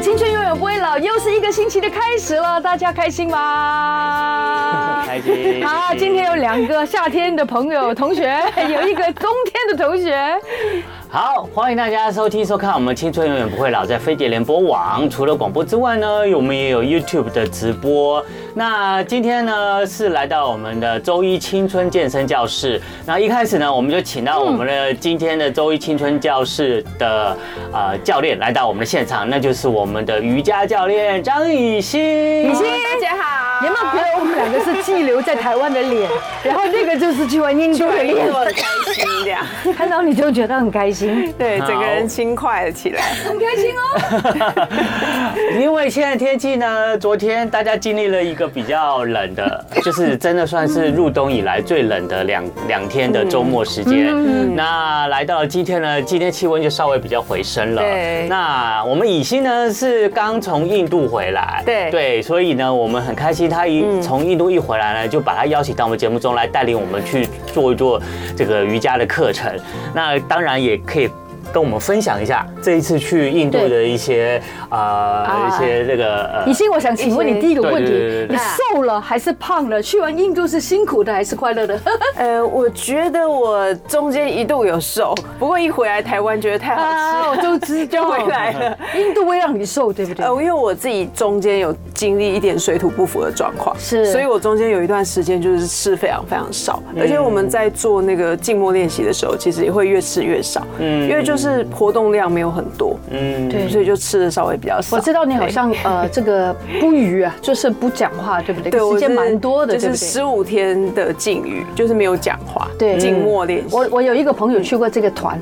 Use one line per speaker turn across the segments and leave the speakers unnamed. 久不会老，又是一个星期的开始了，大家开心吗？
开心。
好，今天有两个夏天的朋友同学，有一个冬天的同学。
好，欢迎大家收听收看我们《青春永远不会老》在飞碟联播网。除了广播之外呢，我们也有 YouTube 的直播。那今天呢是来到我们的周一青春健身教室。那一开始呢，我们就请到我们的今天的周一青春教室的呃教练来到我们的现场，那就是我们的瑜伽教练张以欣。
以欣
大家好，
你们不要我们两个是寄留在台湾的脸，然后那个就是去玩印度的脸，
做的开
嗯
心这样，
看到你就觉得很开心，
对，
好
整个人轻快了起来。
很开心哦。
因为现在天气呢，昨天大家经历了一个比较冷 的，就是真的算是入冬以来最冷的两两天的周末时
嗯
间。那来到了今天呢，今天气温就稍微比较回升了。
对
那我们以欣呢是刚从印度回来，
对
对，所以呢我们很开心，他
嗯
一从印度一回来呢，就把他邀请到我们节目中来带领我们去做一做这个瑜伽的课程。那当然也可以。跟我们分享一下这一次去印度
对
的一些啊、呃、一些这个呃
以欣，我想请问你第一个问
对对对
题：
对
你瘦了还是胖了？去完印度是辛苦的还是快乐的？
呃，我觉得我中间一度有瘦，不过一回来台湾觉得太好吃了，
啊，我就知道，
回来了。
印度会让你瘦，对不对
呃，？因为我自己中间有经历一点水土不服的状况，
是
所以我中间有一段时间就是吃非常非常少，而且我们在做那个静默练习的时候，其实也会越吃越少，嗯，因为就是活动量没有很多，
嗯
对
所以就吃的稍微比较少。
我知道你好像 呃，这个不语啊，就是不讲话，对不对？
对，我
时间
是
蛮多的，
就
对
是
不
十
对？
五天的禁语，就是没有讲话，
对
静默练习。
我我有一个朋友去过这个团，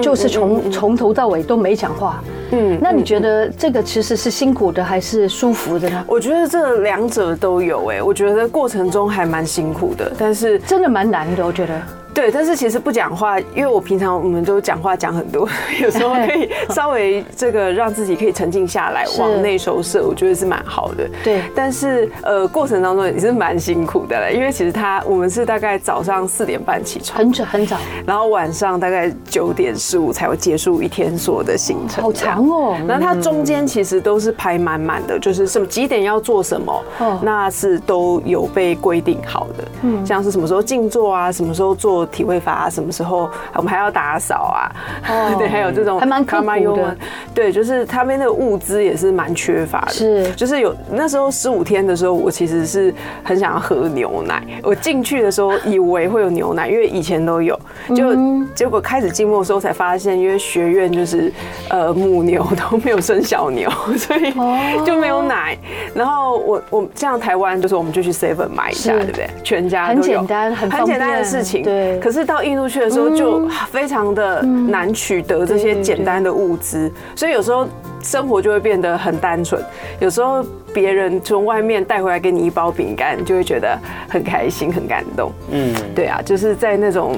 就是从从头到尾都没讲话。嗯
嗯，
那你觉得这个其实是辛苦的还是舒服的呢？
我觉得这两者都有哎、我觉得过程中还蛮辛苦的，但是
真的蛮难的，我觉得。
对，但是其实不讲话，因为我平常我们都讲话讲很多， 有时候可以稍微这个让自己可以沉静下来，
是
往内收摄，我觉得是蛮好的。
对
但是呃，过程当中也是蛮辛苦的嘞，因为其实他我们是大概早上四点半起床，
很早很早，
然后晚上大概九点十五才会结束一天所有的行程，
好长哦。
然后它中间其实都是排满满的，就是什么几点要做什么
哦，
那是都有被规定好的。嗯，像是什么时候静坐啊，什么时候做体位法啊，什么时候我们还要打扫啊，
哦
对，还有这种
还蛮刻苦的
karma-yoga 对，就是他们的物资也是蛮缺乏的。
是
就是有那时候十五天的时候，我其实是很想要喝牛奶。我进去的时候以为会有牛奶，因为以前都有，
嗯
就结果开始静默的时候才发现，因为学院就是呃母牛都没有生小牛， 所以
哦
就没有奶。然后我我像台湾就是我们就去 seven 买一下，
是
对不对？全家
很
都有
简单很
很简
方
单
便
的事情。
对
可是到印度去的时候就非常的难取得这
嗯对
些
对
简单的物资，所以有时候生活就会变得很单纯。有时候别人从外面带回来给你一包饼干，就会觉得很开心、很感动。
嗯，
对啊，就是在 那种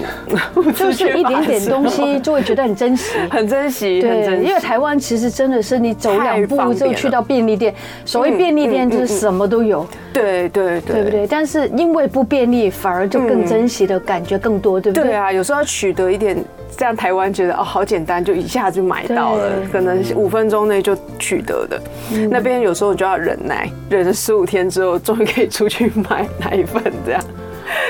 就是一点点东西就会觉得很珍 惜。
很珍惜，很
对，
珍惜
因为。台湾其实真的是你走两
太方
步
便嗯
就去到便利店，所谓便利店就是什么都有，
对对
对不
对。
对？但是因为不便利，反而就更珍惜的感觉更多，对不
对
对？
啊，有时候要取得一点，这样台湾觉得哦好简单，就一下就买到了
对，嗯
可能五分钟内就取得的。那边有时候你就要忍耐，忍了十五天之后，终于可以出去买奶粉 这样。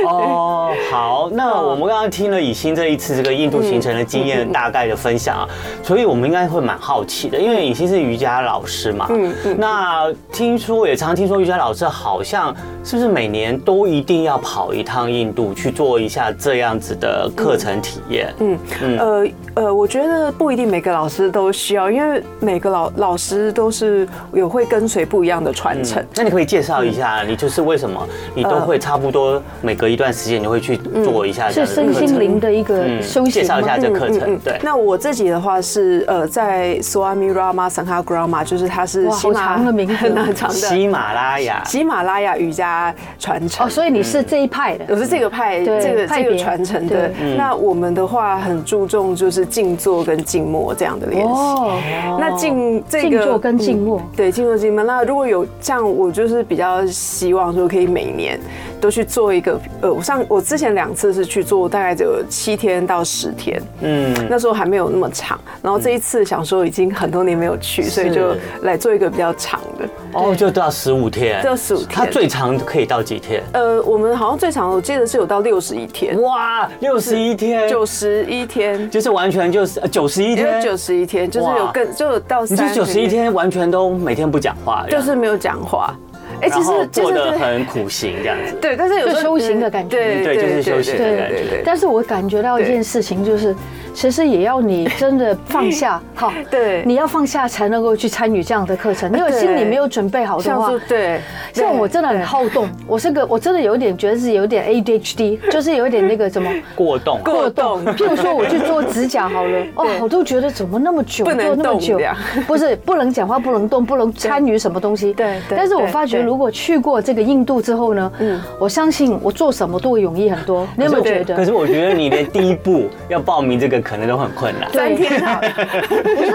哦，好，那我们刚刚听了以欣这一次这个印度行程的经验大概的分享啊，
嗯
所以我们应该会蛮好奇的，因为以欣是瑜伽老师嘛，嗯嗯，那听说也常听说瑜伽老师好像是不是每年都一定要跑一趟印度去做一下这样子的课程体验？嗯，
呃呃，我觉得不一定每个老师都需要，因为每个老老师都是有会跟随不一样的传承。
嗯
那你可不可以介绍一下，你就是为什么你都会差不多每隔一段时间你会去做一下这
嗯是
样的
身
课程？
心灵的一个休
嗯介
闲
绍一
吗嗯
下？这个课程，对。
嗯那我自己的话是呃，在 Swami Rama Sankagrama，就是它是
哇好
喜马
长的名字
很长的
喜马拉雅，
喜马拉雅瑜伽传承。
哦，所以你是这一派的
我，是这个派
对
这个
派
这
别
个传承的
对。
嗯
那我们的话很注重就是静坐跟静默这样的练习。
哦，
那静这个嗯
静坐跟静默
嗯对静坐静默。那如果有像我就是比较希望说可以每年都去做一个呃，我上我之前两次是去做，大概只有七天到十天，
嗯，
那时候还没有那么长。然后这一次想说已经很多年没有
嗯
去，所以就来做一个比较长的。
哦，就到十五天，
到15天
它最长可以到几天？
呃，我们好像最长我记得是有到六十一天，
哇，六十一天，
九十一天，
就是完全就是呃九十一
因为
天，
九十一天就是有
哇
更就有到
你
三
这九十一，天完全都每天不讲话，
就是没有讲话。哎，
然
其
后
实就
过
是
得很苦行这样子。
对，但是有时候
就修行的感觉
对
对就是修行的感觉
但是我感觉到一件事情，就是其实也要你真的放下， 好，
对
你要放下才能够去参与这样的课程。如果心里没有准备好的
像
话
是，对，
像我真的很
对
好动，我是个我真的有点觉得是有点 ADHD，就是有点那个什么。
过动，
过 动
譬如说我去做指甲好了，哦，我都觉得怎么那么久，
不能
做那么
动
久
这样，
不是不能讲话，不能动，不能参与什么东西。
对对
但是我
对
发觉，
对
如果去过这个印度之后呢，嗯，我相信我做什么都会容易很多。你有没有觉
可
得？
是我觉得你连第一步要报名这个可能都很困难。
三天 好了，
不是，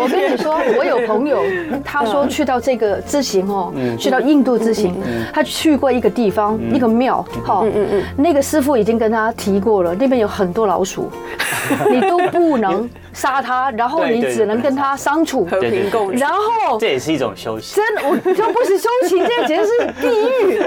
我跟你说，我有朋友，他说去到这个之行哦，
嗯
去到印度之行，他去过一个地方，一个庙，
嗯
哈，那个师傅已经跟他提过了，那边有很多老 鼠，你都不能杀它，然后
对
你
对
只能
对
跟它相处，
和平共处
然后
这也是一种休息。
真我就不是修行，这简直是地 狱，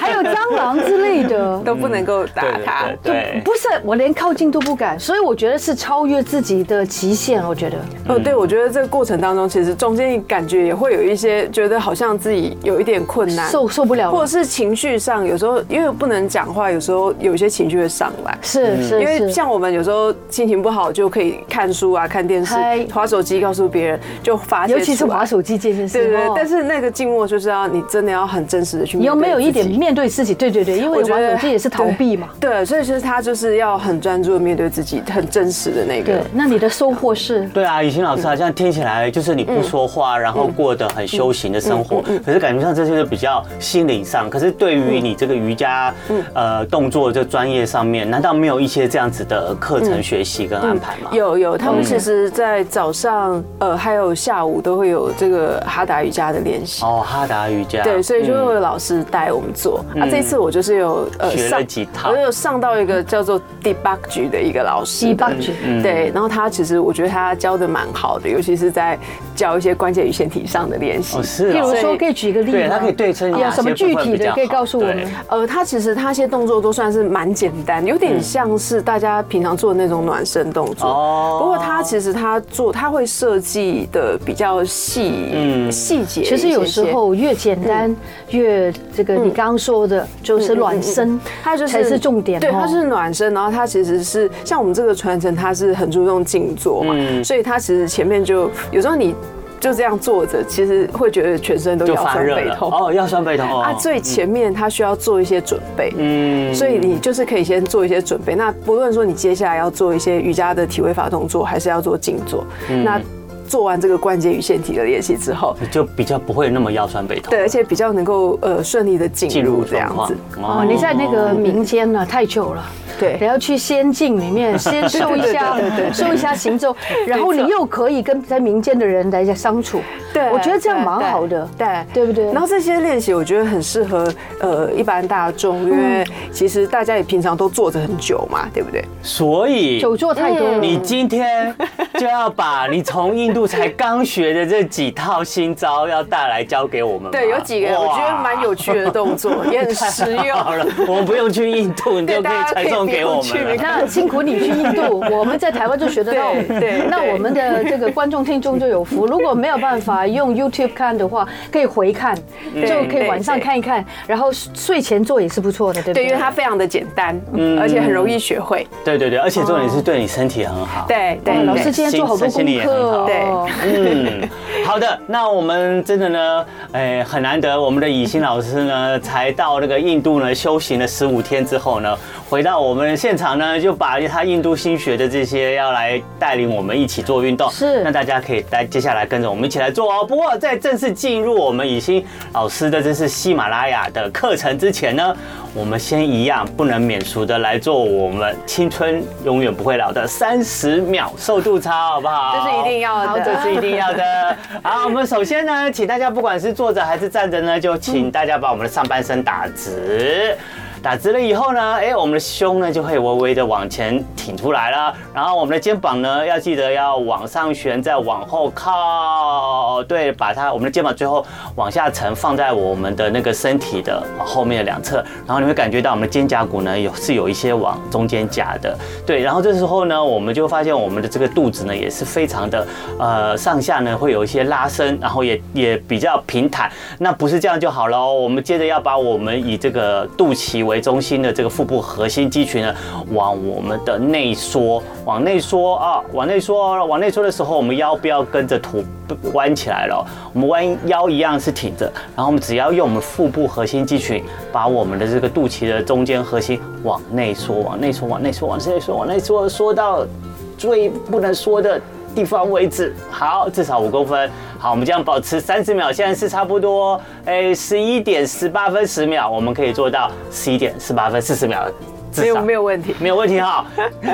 还有蟑螂之类的。
都不能够打他。
嗯对对
不是，我连靠近都不敢，所以我觉得是超越自己的极限。我觉得，
哦，对，我觉得这个过程当中，其实中间感觉也会有一些觉得好像自己有一点困难，
受受不了了
或者是情绪上，有时候因为不能讲话，有时候有一些情绪会上来。
是是是，
因为像我们有时候心情不好，就可以看书啊、看电视
嗨、
划手机，告诉别人就发泄出
尤
来。
其是滑手机这件事，
对对
哦
对，但是那个静默就知道你真的要很真实的去面对
有没有一点
自己
面对自己？对对对，因为
我觉
滑手
得
机也是逃避嘛。
对，对所以其实他就是要很专注的面对自己，很真实的那
对
个，。
那你的收获是？
对啊，雨欣老师好像听起来就是你不说话，然后过得很修行的生
嗯
活，可是感觉上这就是比较心灵上。可是对于你这个瑜伽，呃，动作这专业上面，难道没有一些这样子的课程学习跟安排吗？
嗯有有，他们其实，在早上呃还有下午都会有这个哈达瑜伽的练习。
哦，哈达瑜伽。
对，所以就会
嗯
有老师带我们做。啊，这次我就是有呃
学了
上
几套
我有上到一个叫做 Debug 的一个老师的。
Debug 嗯
对，然后他其实我觉得他教的蛮好的，尤其是在教一些关键与腺体上的练习
哦。是
譬如
哦，
说，可以举一个例子吗，
对它可以对称
有
哪些
什么
部
具
分
体
比较
的
好
可以告诉我们
对？
呃，他其实他些动作都算是蛮简单，有点像是大家平常做的那种暖身动作。
嗯哦
不过他其实他做他会设计的比较细，
嗯
细节一
其
些些。
实有时候越简
嗯
单越这个，你刚刚说的就是暖身，
它就是
才是重点。
对，
哦
它是暖身，然后它其实是像我们这个传承，它是很注重静坐嘛，
嗯
所以它其实前面就有时候你就这样坐着，其实会觉得全身都
哦就
腰
发
酸
热
背
了。
痛。
哦，腰酸背痛哦。
啊，最前面它需要做一些准备，
嗯
所以你就是可以先做一些准备。那不论说你接下来要做一些瑜伽的体位法动作，还是要做静坐，
嗯
那做完这个关节与腺体的练习之后，
就比较不会那么腰酸背痛。
对，而且比较能够呃顺利的进
进
入
入
这
状
样
况
子。
哦，你在那个民间呢、太久了。
对
得要去仙境里面先受一下
对对对对对，
受一下行咒，然后你又可以跟在民间的人来相处。
对，
我觉得这样蛮好的，
对，
对不对？
然后这些练习我觉得很适合呃一般大众，因为其实大家也平常都坐着很久嘛，对不对？
所以
久坐太多了，
你今天就要把你从印度才刚学的这几套新招要带来教给我们吗。
对，有几个
哇
我觉得蛮有趣的动 作，也很实用。
好了，我们不用去印度，你就
对
可以
大家
传送给我
可以不
们
用去
了。
那辛苦你去印度， 我们在台湾就学得到。
对对对
那我们的这个观众听众就有福。如果没有办法用 YouTube 看的话，可以回看，就可以晚上看一看，然后睡前做也是不错的，对不
对，
对？
因为它非常的简单，而且很容易学会。
对对对，而且重点是
哦
对你身体很好。
对
哇
对，
老
对
师今天做好多
心
功
理也
课
很好
哦。
对
嗯，好的，那我们真的呢，哎，很难得，我们的以欣老师呢，才到那个印度呢修行了十五天之后呢，回到我们现场呢，就把他印度新学的这些要来带领我们一起做运动。
是
那大家可以来接下来跟着我们一起来做哦。不过在正式进入我们以欣老师的这是喜马拉雅的课程之前呢，我们先一样不能免俗的来做我们青春永远不会老的三十秒瘦肚操，好不好？
这是一定要
好
的
这。是一定要 的。好，我们首先呢，请大家不管是坐着还是站着呢，就请大家把我们的上半身打直。打直了以后呢，哎，我们的胸呢就会微微的往前挺出来了，然后我们的肩膀呢要记得要往上旋，再往后靠，对，把它我们的肩膀最后往下沉，放在我们的那个身体的后面的两侧，然后你会感觉到我们的肩胛骨呢有是有一些往中间夹的，对，然后这时候呢，我们就发现我们的这个肚子呢也是非常的呃上下呢会有一些拉伸，然后也也比较平坦。那不是这样就好了哦，我们接着要把我们以这个肚脐为中心的这个腹部核心肌群呢，往我们的内缩，往内缩啊，往内缩哦，往内缩的时候，我们腰不要跟着突弯起来了哦，我们弯腰一样是挺着，然后我们只要用我们腹部核心肌群，把我们的这个肚脐的中间核心往内缩，往内缩，往内缩，往内缩，往内缩，缩到最不能缩的地方为止。好，至少五公分。好，我们这样保持三十秒，现在是差不多，哎，十一点十八分十秒，我们可以做到十一点十八分四十秒。
没
至
有
少
没有问题，
没有问题哈。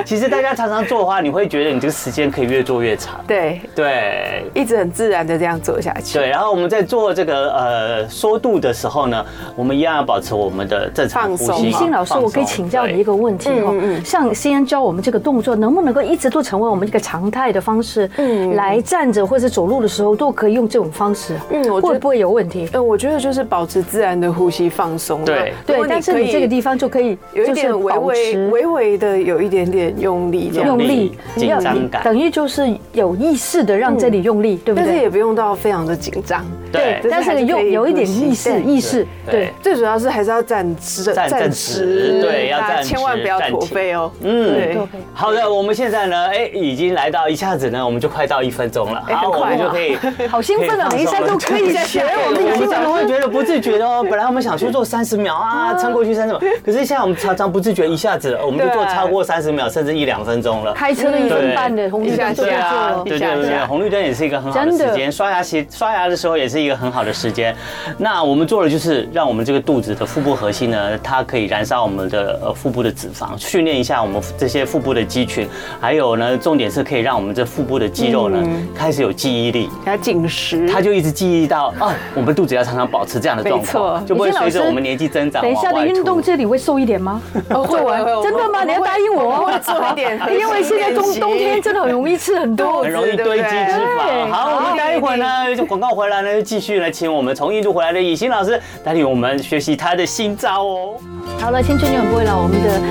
其实大家常常做的话，你会觉得你这个时间可以越做越长。
对，
对，
一直很自然的这样走下去。
对，然后我们在做这个呃缩肚的时候呢，我们一样要保持我们的正常
放
呼
松
吸。
嘛
李欣老师，
放
我可以
松
请教
对
你一个问题哦，
嗯
像先安教我们这个动作，能不能够一直都成为我们一个常态的方式？来站着或者走路的时候都可以用这种方式，
嗯我觉得
会不会有问题？
嗯，我觉得就是保持自然的呼吸放松。
对
如
对
果，
但是
可
你
以
这个地方就可以，
有一
就是
点微
保
微
持
微微的有一点点用力这样，
啊用力
力，紧
要
张感
等于就是有意识的让这里用力，对不
但是
对？
也不用到非常的紧张。
对
对
但是你
还是可
用
以
有一点
呼吸
意识，
对
意识
对
对。
最主要是还是要站直，
站站直对要
大家
站
千万
直
不要
站
驼
挺
背哦。
嗯
对
都可以
好的，我们现在呢，哎，已经来到一下子呢，我们就快到一分钟了，
哎
好，
很快
我们就
哇
可以。
好兴奋啊！
可以
每一
放
站
松
都可以学我们
我
已
们
经
常常会觉得不自觉的哦，本来我们想说做三十秒 啊，撑过去三十秒，可是现在我们常常不自觉，一下子我们就做超过三十秒，甚至一两分钟了。
开车的一分半的红绿灯都在做
嗯对啊
了，
对
一下
对对对，
下
红绿灯也是一个很好的时
真
间，刷牙洗刷牙的时候也是一个很好的时间。那我们做的就是让我们这个肚子的腹部核心呢，它可以燃烧我们的呃腹部的脂肪，训练一下我们这些腹部的肌群，还有呢，重点是可以让我们这腹部的肌肉呢
嗯
开始有记忆力。
要紧实。
它就一直记忆到啊，我们肚子要常常保持这样的状况，
没错
就不会
李健
随
老师
着我们年纪增长
等一下
往
的
外
运动
凸
这里会瘦一点吗？
哦会完
真的吗？你要答应我
我
哦，
会做一点
因为现在 冬冬天真的很容易吃很多
很。容易堆积脂肪。
对
好，我们待一会儿呢，就广告回来呢，就继续来请我们从印度回来的以欣老师带领我们学习他的新招哦。
好了，青春永远不会老。我们的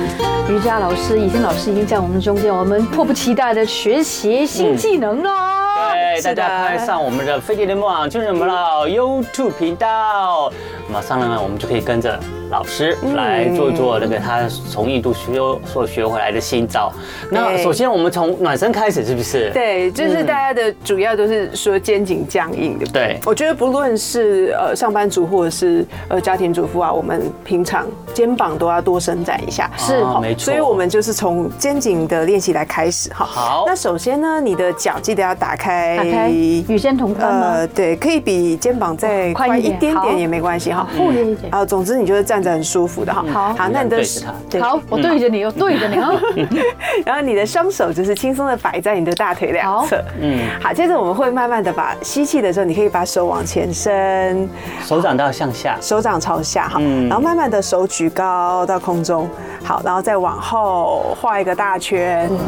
瑜伽老师、以欣老师已经在我们中间，我们迫不及待的学习新技能了。
对，哎大
是的
家拍上我们的飞碟联盟网就是我们老 YouTube 频道，马上呢，我们就可以跟着老师来做做那个他从印度学所学回来的新招。那
对
首先我们从暖身开始，是不是？。
对，
嗯
就是大家的主要都是说肩颈僵硬，对不对？
对
我觉得不论是呃上班族或者是呃家庭主妇啊，我们平常肩膀都要多伸展一下。
是
啊没错。
所以我们就是从肩颈的练习来开始哈。
好
那首先呢，你的脚记得要打开，
打开与肩同宽吗？
哎呃，对，可以比肩膀再
宽
宽
一
一
点
点
好
点也没关系哈。
嗯
后面一点。
啊，总之你就是站着很舒服的哈。
好
好，那你
对
的
着它
对嗯
好，我对着你，我对着你 啊！
然后你的双手就是轻松的摆在你的大腿两侧，嗯，好，接着我们会慢慢的把吸气的时候，你可以把手往前伸，
手掌都要向下，
手掌朝下哈，
嗯
然后慢慢的手举高到空中，好，然后再往后画一个大圈，
嗯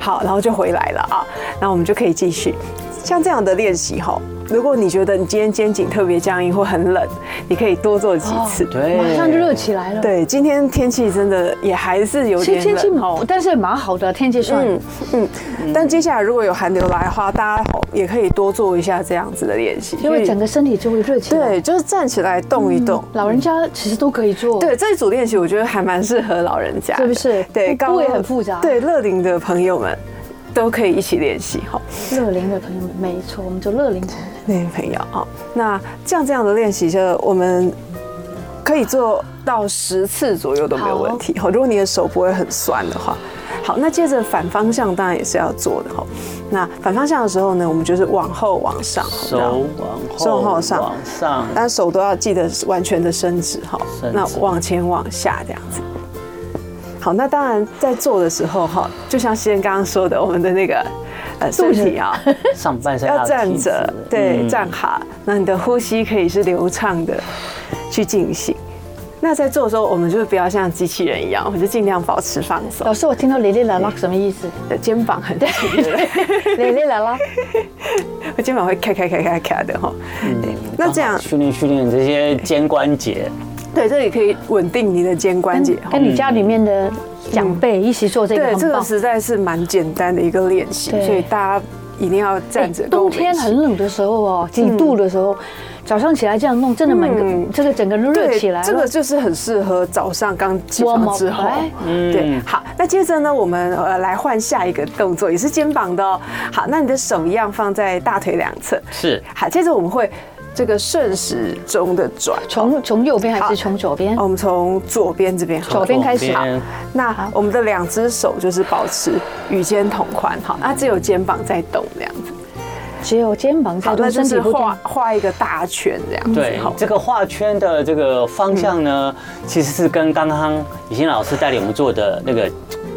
好，然后就回来了啊，那我们就可以继续，像这样的练习哈，如果你觉得你今天肩颈特别僵硬或很冷，你可以多做几次。
对，
马上就热起来了。，
对，今天天气真的也还是有
其实
点
天气
冷哦，
但是也蛮好的，天气算
嗯嗯，但接下来如果有寒流来的话，大家好也可以多做一下这样子的练习，
因为整个嗯身体就会热起来。
对，就是站起来动一动。
老人家其实都可以做。
对这一组练习，我觉得还蛮适合老人家的，
是不是
对，
部位很复杂
对，乐龄的朋友们都可以一起练习哈。
乐龄的朋友们，没错，我们就乐龄朋友。
那朋友啊，那这样这样的练习，就我们可以做到十次左右都没有问题。好，如果你的手不会很酸的话，好，那接着反方向当然也是要做的哈。那反方向的时候呢，我们就是往后往上，
手往后，
手往上
往上，
但手都要记得完全的伸直哈
伸。直
那往前往下这样子。好，那当然在做的时候哈，就像先刚刚说的，我们的那个呃身 体啊，
上半身
要站
挺直
着，对，
嗯
站好，那你的呼吸可以是流畅的去进行。那在做的时候，我们就不要像机器人一样，我们就尽量保持放松
老，师，我听到 Lily 来了什么意 思
肩膀很轻，
？Lily 来了，
我 肩膀会咔咔咔咔咔的哈。对那这样，
训练训练这些肩关节，
对，这里可以稳定你的肩关节哈。
跟你家里面的长辈一起做这个，
嗯对，这
很
个
棒。
实在是蛮简单的一个练习，
对
所以大家一定要站着。
哎
跟我
冬
们一
天
起
很冷的时候哦，几度的时候，早上起来这样弄，真的蛮
嗯
这个整个人热
对，
起来了。
这个就是很适合早上刚起
Warm
床
up，
之后
哎。
对，好，那接着呢，我们呃来换下一个动作，也是肩膀的哦。好，那你的手一样放在大腿两侧。
是
好，接着我们会这个顺时钟的转。
从从右边还是从左边
好？我们从左边这边好了
左边开始
左边
那我们的两只手就是保持与肩同宽，好，那只有肩膀在动这样子。
只有肩膀在
好，
动，
那就
身体
是
不动
画。画一个大圈这样子。
对
好，
这个画圈的这个方向呢，其实是跟刚刚以欣老师带领我们做的那个，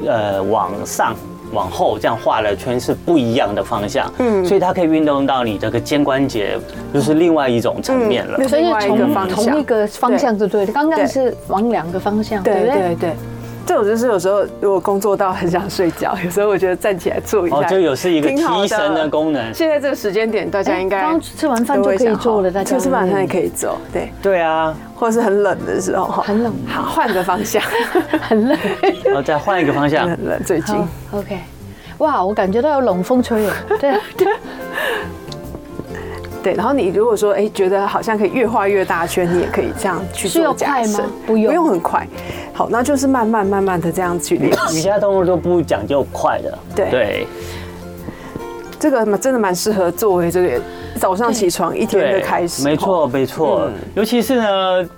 呃，往上。往后这样画了圈是不一样的方向，嗯，所以它可以运动到你这个肩关节，就是另外一种层面了
嗯。
所以
另
是
外一个
从
方向
同一个方向就对了。刚刚
对
是往两个方向，对
对
不对？哎
对对，这种就是有时候如果工作到很想睡觉，有时候我觉得站起来做一下，
哦，这有是一个
挺好
提神的功能。
现在这个时间点，大家应该
哎刚吃完饭就可以
都会想
做了
好
大家嗯
就是晚上也可以做，对，
对 啊，
或者是很冷的时候哈，
很冷
好换个 方向，
很累。
然哦后再换一个方向，
很冷最近
嗯 好。，OK。哇，我感觉到有冷风吹了。对，啊
对，然后你如果说哎觉得好像可以越画越大圈，你也可以这样去
是要
做加
快吗
深，
不用
不用很快，好，那就是慢慢慢慢的这样 去练
瑜
习，
伽动作都不讲究快的。
对
对，
这个蛮真的蛮适合作为这个早上起床一天的开始，
没
哦。
错没错、尤其是呢，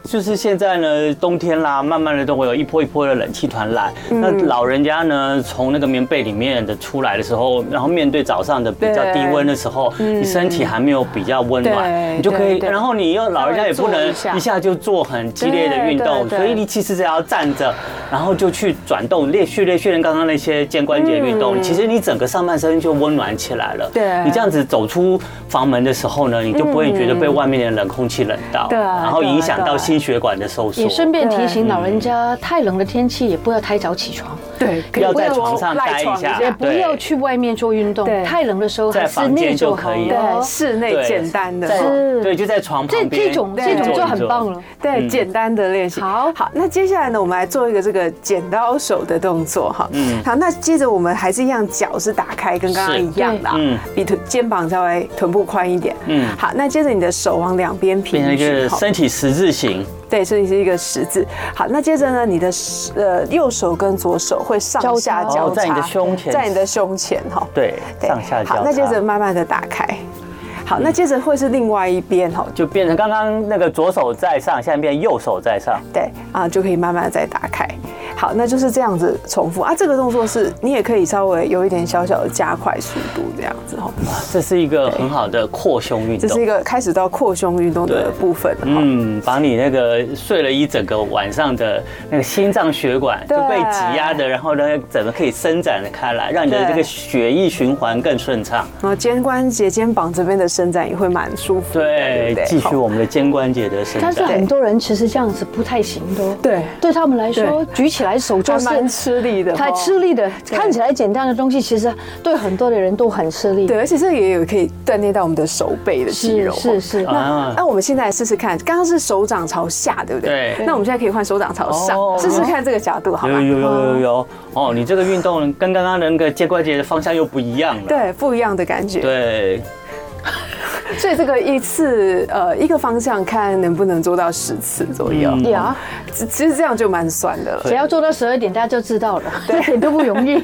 就是现在呢，冬天啦，慢慢的都会有一波一波的冷气团来、
嗯
那老人家呢，从那个棉被里面的出来的时候，然后面对早上的比较低温的时候，你身体还没有比较温暖，
嗯对
你就可以，
对对
然后你又老人家也不能
稍微坐一下
一下就做很激烈的运动，
对对对
所以你其实只要站着，然后就去转动练训练训练刚刚那些肩关节运动、其实你整个上半身就温暖起来了。
嗯对
你这样子走出房门的时候呢，你就不会觉得被外面的冷空气冷到，
对啊
然后
对啊
影响
对
到
啊
心血管的收缩
也。顺便提
对
醒老人家，太冷的天气也不要太早起床。
对，可以
要
不
在
要
床上
赖
待一
床
下
也不
对
要去外面做运动，
对
太冷的时候还
在
是
房
内
间就
做好
可以
了
对，。室内
哦对
简单的
在
哦
是
对，就在床
哦这
旁边。
这种
对
这种就很棒
了。
了。
嗯
对，简单的练习。
好
好，那接下来呢，我们来做一个这个剪刀手的动作哈。嗯，好，那接着我们还是一样，脚是打开，跟刚刚一样的啊，
对嗯
比臀肩膀稍微臀部宽一点。
嗯
嗯，好，那接着你的手往两边
变成
平
一
举
个，
好
身体十字形，
对，所以是一个十字。好，那接着呢，你的呃右手跟左手会上
交
下
叉
交
哦
叉，
在你的胸前
在你的胸前哈。
对，上下交
好
叉，，
那接着慢慢的打开。好，那接着会是另外一边哈，
就变成刚刚那个左手在上，现在变右手在上，
对啊，就可以慢慢地再打开。好，那就是这样子重复啊。这个动作是你也可以稍微有一点小小的加快速度，这样子哈。
这是一个很好的扩胸运
这是
动
一。个开始到扩胸运动的
对
部分哈。
嗯，把你那个睡了一整个晚上的那个心脏血管就
对
被挤压的，然后呢，整个可以伸展的开来，让你的
对
这个血液循环更顺畅。
然后肩关节、肩膀这边的伸展也会蛮舒服的，对
对
不，对？
继续
好
我们的肩关节的伸
但是
展。
很多人其实这样子不太行的哦，
对
对他们来说，举起来手就
还蛮
是
吃力的，哦
太吃。力的，哦看起来简单的东西，其实对很多的人都很吃力。
对，而且这个也有可以锻炼到我们的手背的肌
是
肉。哦嗯
是是，
啊
那那我们现在试试看，刚刚是手掌朝下，对不对？
对
那我们现在可以换手掌朝
哦
上，试试看这个角度好
有
吗？
有有有有有哦，你这个运动跟刚刚的那个肩关节的方向又不一样了。
对，不一样的感觉。
对，
所以这个一次呃一个方向看能不能做到十次左右，
嗯
呀，
其其实这样就蛮酸的了。
只要做到十二点，大家就知道了，一 点都不容 易，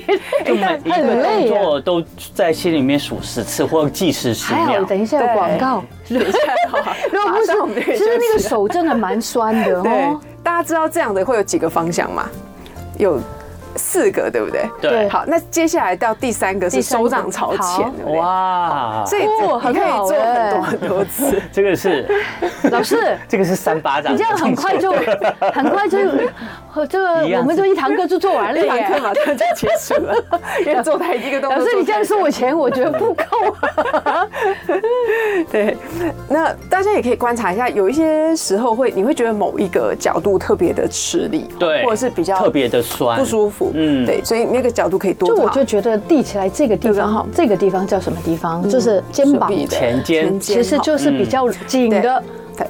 就 每一
哎很
个动
累呀。
作都在心里面数十次或计时十
还好，
秒。
等一下有广告。
等一下哦
如果不
马上我
是
们就，可以
其实那
休
个
息了
手真的蛮酸的
对
哦。，
大家知道这样的会有几个方向吗？有四个，对不对？
对
好，那接下来到第三个
第
是
三个
手掌朝前
好，
对不对？
哇，
所以
哦
这个
很
你可以
好
做很
哎
多很多次。
这个是
老师，
这个是三巴 掌，
你这样很快 就很快就，呃这个
一样
我们就一堂课就做完了
这堂课
耶。
马上就结束了，因为做太一个动作。
老师，你这样收我钱，我觉得不够 啊。
对，那大家也可以观察一下，有一些时候会，你会觉得某一个角度特别的吃力，
对，
或者是比较
特别的酸，
不舒服，
嗯
嗯，对，所以那个角度可以多
就
找。
我就觉得立起来这个地
这个
方
好，嗯
这个地方叫什么地方？就是肩膀
手，臂的
前肩
其实
好
就是比
嗯
较紧
对
的。
对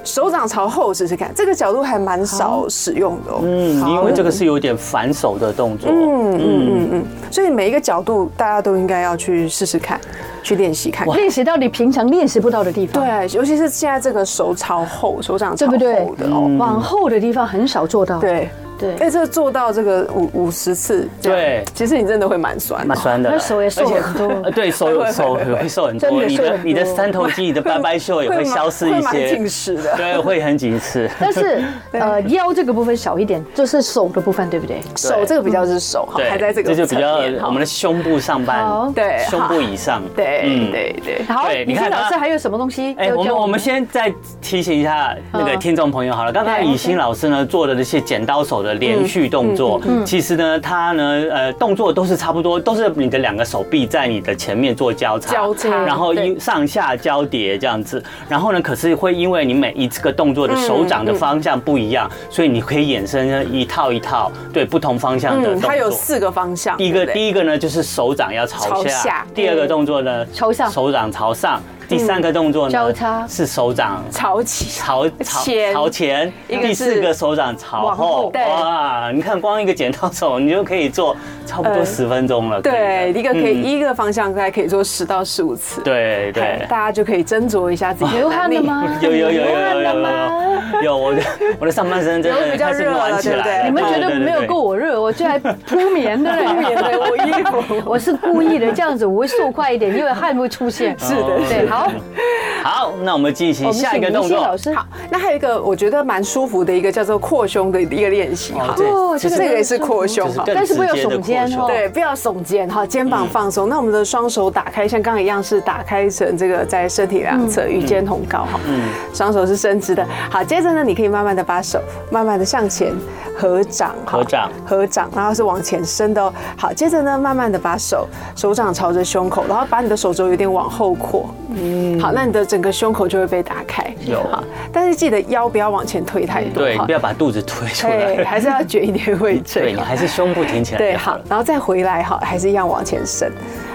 手掌朝后试试看，这个角度还蛮少使用的哦。
嗯，
好
因为这个是有点反手的动作，
嗯嗯嗯嗯，所以每一个角度大家都应该要去试试看，去练习看看。
练习到你平常练习不到的地方。，
对，尤其是现在这个手朝后，手掌朝后
对不
的哦。
嗯
往后的地方很少做到。
对，
对
哎，这做到这个五五十次，这样
对
其实你真的会蛮酸的
蛮。酸的啦，
那手也瘦
而且
很多
呃对手有手也会瘦很
真
多，
的
你
瘦
的
很
你的
多
三头肌、你的拜拜袖也会消失一
会蛮会蛮
些
紧，实的。
对，会很紧实。
但是呃腰这个部分少一点，就是手的部分，对不对？
手这个比较是手，哈，
对，
还在这个
就比较
层面哈
我们的胸部上
好
半，
对
胸部以上，嗯
对。对对，
好，
对你
你看
看
老师
他
还有什么东西
哎，
要
我
教
们我们先再提醒一下那个
嗯
听众朋友好了。刚才
对
以欣老师呢做的这些剪刀手的连续动作，其实呢，他呢呃动作都是差不多，都是你的两个手臂在你的前面做交叉，
交叉
然后
对
一上下交叠这样子。然后呢，可是会因为你每一个动作的手掌的方向不一样，所以你可以衍生一套一套对不同方向的动
嗯，
作。
它有四个方向，
第一个
对不对
第一个呢就是手掌要朝
朝
下，
下
第二个动作呢
朝上嗯
手掌朝上，第三个动作呢、
交叉
是手掌
朝起，
朝朝
前
朝前，
一个是
第四个手掌朝
往
后
后，
对
哇，你看光一个剪刀手你就可以做差不多
嗯
呃
十分钟了，可以
对，
的
一个可以
嗯
一个方向大概可以做十到十五次，
对
哎，
对。
大家就可以斟酌一下自己
流汗了
能力？
吗？
有有有有
流汗
有
了
有
吗？
有有，我的我的上半身真
有
的
比较
开始
热了
暖起
对不
来
对
了，
你们觉
对
得没有够？我热，我居然铺棉的嘞，
不免得我衣服。
我是故意的，这样子我会瘦快一点，因为汗会出现。是
的是
对，
的
好，
对对好，那我们进
我
行
们
下一
请
个动
明星老
作。
师，
好，那还有一个我觉得蛮舒服的一个叫做扩胸的一个练习哈，
哦
这
这
这
个
个也是扩胸
就是
哈。
更
但是不要
直接的
耸肩
扩胸
哦
对，不要耸肩哈，肩膀放松。那我们的双手打开，像刚刚一样是打开成这个在身体两侧，与肩同高哈。
嗯
双手是伸直的。好，接着呢，你可以慢慢的把手慢慢的向前合掌哈
合掌
合掌，然后是往前伸的哦。好，接着呢，慢慢的把手手掌朝着胸口，然后把你的手肘有点往后扩。嗯，好，那你的整个胸口就会被打开。
有
好，但是记得腰不要往前推太多。
对，
哈
不要把肚子推出
对，
来。
还是要卷一点位 置。
对你
哈
还是胸部挺起来。
对，好，，然后再回来哈，还是一样往前伸，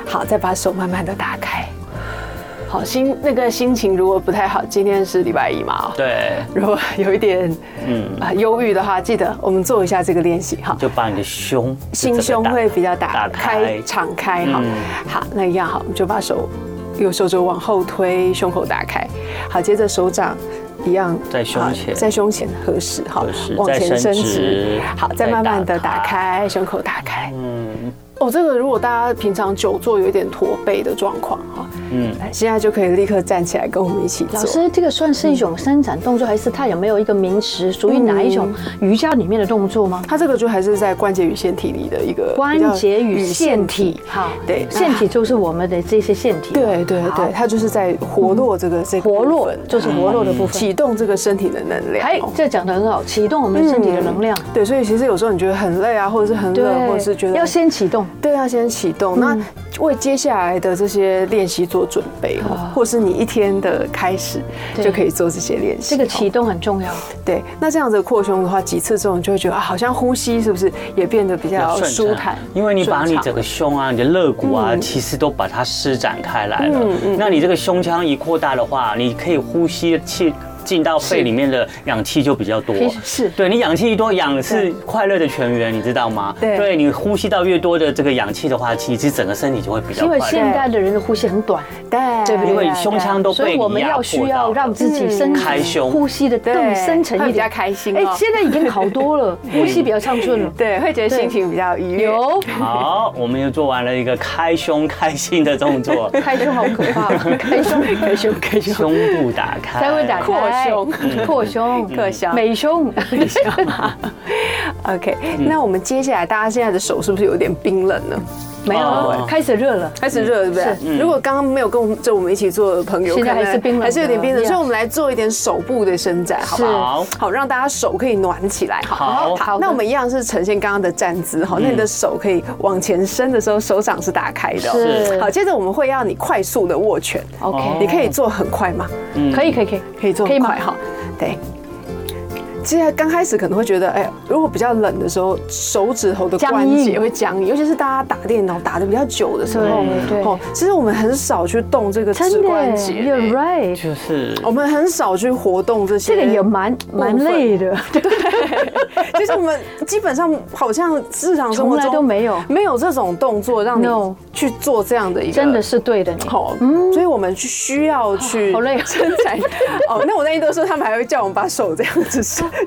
好，再把手慢慢的打开。好，心那个心情如果不太好，今天是礼拜一嘛，哦，
对，
如果有一点嗯啊忧郁的话，记得我们做一下这个练习哈。
就把你的胸，
心胸会比较
打
打
开
开、敞开哈
嗯。
好，那一样好，我们就把手右手肘往后推，胸口打开。好，接着手掌一样
在胸
好
前
在胸前合十哈
合十，
往
再
前
伸
伸
直
直。好，
再
再慢慢的
打
打开胸口，打开。
嗯，
哦，这个如果大家平常久坐有一点驼背的状况哈，
嗯
嗯，现在就可以立刻站起来跟我们一起做。
老师，这个算是一种伸展动作，还是它有没有一个名词，属于哪一种瑜伽里面的动作吗？
它这个就还是在关节与线体里的一个比较
关节与腺体，好，
对
腺体就是我们的这些腺体，
对对对，它就是在活络这个这个
嗯活
部
络
分嗯
就是活络的部分。
启动这个身体的能量。
哎
哦，
这讲得很好，启动我们身体的能量，
对，所以其实有时候你觉得很累啊，或者是很热，嗯或者是觉得
要先嗯启动，
对，要先启动，那为接下来的这些练习做准备哦，
啊
或是你一天的开始
对
就可以做这些练习。
这个
哦
启动很重要。
对，那这样子扩胸的话，几次之后你就会觉得啊，好像呼吸是不是也变得比较舒坦？
因为你把你整
顺畅嗯
个胸啊、你的肋骨啊，其实都把它施展开来了。那你这个胸腔一扩大的话，你可以呼吸的气进到肺里面的氧气就比较多
其实。是
对你氧气一多，氧是
对
快乐的泉源，你知道吗？
对
对你呼吸到越多的这个氧气的话，其实整个身体就会比较
因
快
为
乐。
现代的人的呼吸很短，
对，
对不对
因为胸腔都
所
被
以
你
我们
压
要
迫
需要
到嗯
让自己身体
开胸
呼吸的更
对
深沉
会
一
比较
点，
开心
哎
哦，嗯
现在已经好多 了，呼吸比较畅顺了。
对，会觉得心情比较愉悦。
有，
好，我们又做完了一个开胸开心的动 作
开胸好可怕，开胸开胸开胸，
胸部打开，
才会打
扩
开
胸嗯
扩胸
克香
美 胸，
OK，那
嗯
我们接下来大家现在的手是不是有点冰冷呢？
没
哦
有开始热了。
开始热了，对不
嗯是
对？如果刚刚没有跟我们就我们一起做的朋友，
现在
可能
还是冰冷的
还是有点冰冷，
Yeah
所以我们来做一点手部的伸展，好不好？
是
好，让大家手可以暖起来。
好
好的嗯
那我们一样是呈现刚刚的站姿，好，那你的手可以往前伸的时候，手掌是打开的哦。
是
是
好，接着我们会要你快速的握拳，
哦
OK，
你可以做很快吗？
可以可嗯以可以，
可以做
可以
很
吗
快哈。对。其实刚开始可能会觉得，哎，如果比较冷的时候，手指头的
僵
关节
硬
会僵硬，尤其是大家打电脑打的比较久的时候
对，对
哦，其实我们很少去动这个指
真的
关节
，You're
呢，
right，
就是
我们很少去活动这些。
这个也 蛮蛮累的，
就是我们基本上好像日常生
从
活
来
中
都没有
没有这种动作让你
No
去做这样的一个，
真的是对的你。
好，
嗯
所以我们去需要去
啊
好累哦
伸 展。哦，那我那一都说他们还会叫我们把手这样子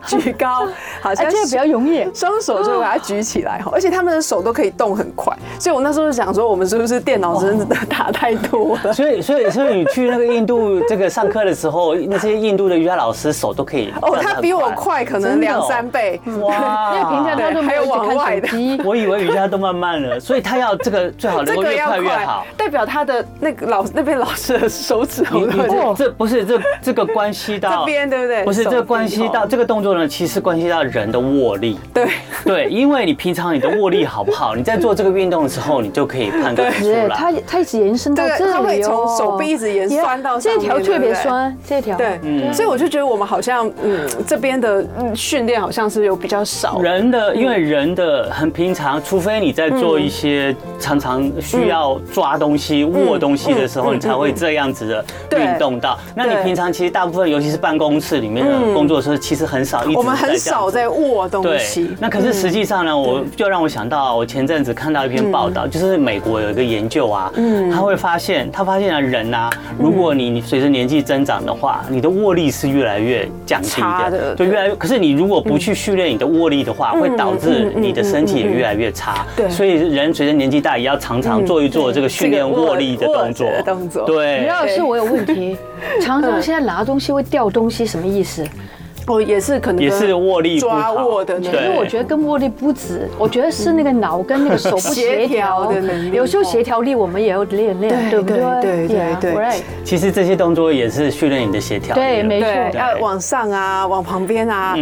举 高，
啊
好
而
像
哎且比较容易，
双手就把它举起来哈，而且他们的手都可以动很快，所以我那时候就想说，我们是不是电脑真的打太多 了？
所以，所以，所以你去那个印度 这个上课的时候，那些印度的瑜伽老师手都可以
哦，他比我快，可能
真的哦
两三倍。
哇！
因为平常他都没有一直
啊还有往外
看
的
手机，
我以为瑜伽都慢慢了，所以他要这个最好能
这
够
个
越
要
快越
快
好。，
代表他的那个老那边老师的手指
你
头
你
都很
这这不是这这个关系到
哦这边对不对
不是
手
这
臂
个关系到
哦
这个动作呢，其实关系到人的握力。
对，
对，因为你平常你的握力好不好，你在做这个运动的时候，你就可以判断出
是
来
它。它一直延伸到
对
这里哦，哦
它会从手臂一直延酸到上
这
面
条
对
特
不
别
对
酸，这条
对，
嗯
所以我就觉得我们好像，嗯，这边的嗯训练好像是有比较少。
人的，因为人的很平常，除非你在做一些常常需要抓东西、握东西的时候，你才会这样子的
对
运动到。那你
对
平常其实大部分，尤其是办公室里面的工作的时候，其实很少一直
我们
在这
很
样
少
子
在握东
对
西，。嗯
那可是实际上呢，我就让我想到，我前阵子看到一篇报
嗯
道，就是美国有一个研究啊，他会发现，他发现啊，人啊，
嗯
如果你随着年纪增长的话，你的握力是越来越降低
差
的，
的嗯
对，越来越。可是你如果不去训练你的握力的话，会导致你的身体也越来越差。
对嗯
所以人随着年纪大，也要常常做一做这个训练
这个握
握力的动作
握着的动作
你
对
知，道是我有问题，常常现在拿东西会掉东西，什么意思？
哦，也是可能
也是握力不好
抓握的那
因为
对
我觉得跟握力不止，我觉得是那个脑跟那个手不协
协
调
调的能力
有时候协调力我们也要练练，
对
对不对？
对对对
Yeah，
对
right
其实这些动作也是训练你的协调力啊了。
对没错
对，
对嗯
要往上啊，往旁边啊，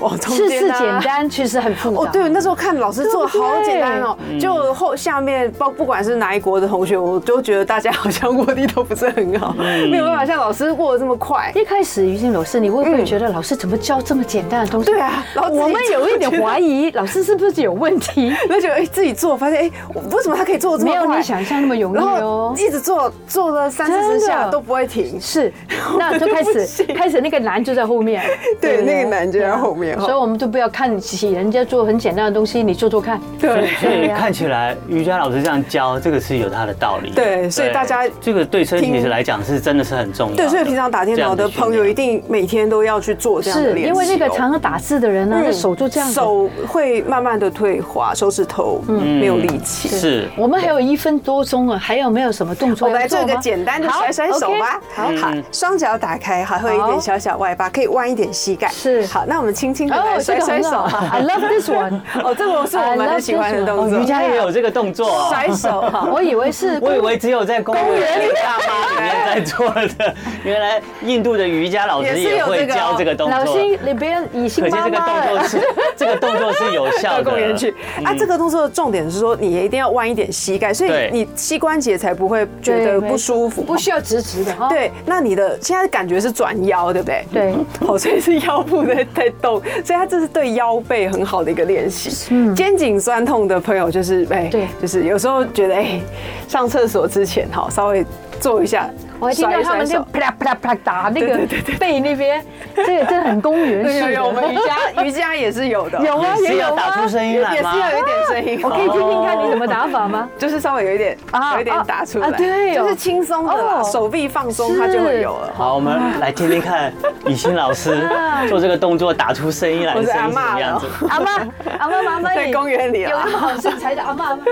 往中
是
间
是
啊。
简单，其实很复
哦，
杂。
对，那时候看老师做的
对不对
好简单哦，
嗯
就后下面包不管是哪一国的同学，我都觉得大家好像握 力都不是很好，
嗯
没有办法像老师握的这么快。
一开始于静老师，你会不会觉得老师怎么教这么简单的东西？
对啊老师
我们有一点
自己
怀疑，老师是不是有问 题？
那就哎自己做，发现哎我为什么他可以做的这
没
么快？
有你想象那么容易
然
哦
后。一直做，做了三四
真的
十下都不会停。
是，那就开
不
始
行
开始那个难就在后面，
对
不
那个难就在后面
对啊所以我们就不要看起人家做很简单的东西，你做做看。
对
所以看起来瑜伽老师这样教，这个是有他的道理的。
对所以大家
这个对身体来讲是真的是很重要的。
对，所以平常打电脑的朋友一定每天都要去做这样的
是
练习
因
哦。
为那个常常打字的人呢、
嗯
那手就这样子。
手会慢慢的退化，手指头没有力气。
这样的训练嗯是。
我们还有一分多钟啊，还有没有什么动
我
作
们来
要
做
做
一个
吗？
简单的甩甩手吧。
好
好，
嗯
好，双脚打开，还会有一点小小外八，可以弯一点膝盖。
是
好，那我们轻轻的来
哦，这
甩
个
甩
很
手
好。，I love this one。
哦，这个是我们很喜欢的动
哦，
作。
瑜伽也有这个动作哦。
甩手哈。
我以为是
我以为只有在公园
园
里大妈里面在做的，原来印度的瑜伽老师
也是
也
有
会
这个哦
教这个动
老
作。
师，你不要以心
可惜
妈
这个
妈
动作
了。
是这个动作是有效
到
的。
公园去
嗯
啊！这个动作的重点是说，你也一定要弯一点膝盖，所以
对
你膝关节才不会觉
对
得
没
不舒服。
不需要直直的哈。，
对，那你的现在感觉是转腰，对不对？
对，
哦，所以是腰部在在动，所以它这是对腰背很好的一个练习。肩颈酸痛的朋友就是哎，
对
就是有时候觉得哎，上厕所之前哈，稍微做一下
我还听到他们就啪啦啪啦啪啦打那个背那边，这个真的很公园式
有哎有，我们瑜
的。
伽瑜伽也是有的，
有啊，
也是
也
要
有
打
啊
出，声音来
也是
吗？
要有一点声
哦
音，
我可以听听看你怎么打法 吗？
就是稍微有一点
啊
有一点打出
啊
来，
啊对哦
就是轻松的啦，
哦
手臂放松它就会有了。
好，我们来听听看以欣老 师做这个动作打出声音来的
我是
声
阿
音什么
嬷
样
了
子。
阿妈，阿妈，阿妈，
在
你
公园里啊
有
啦
那么好身材的阿妈 吗？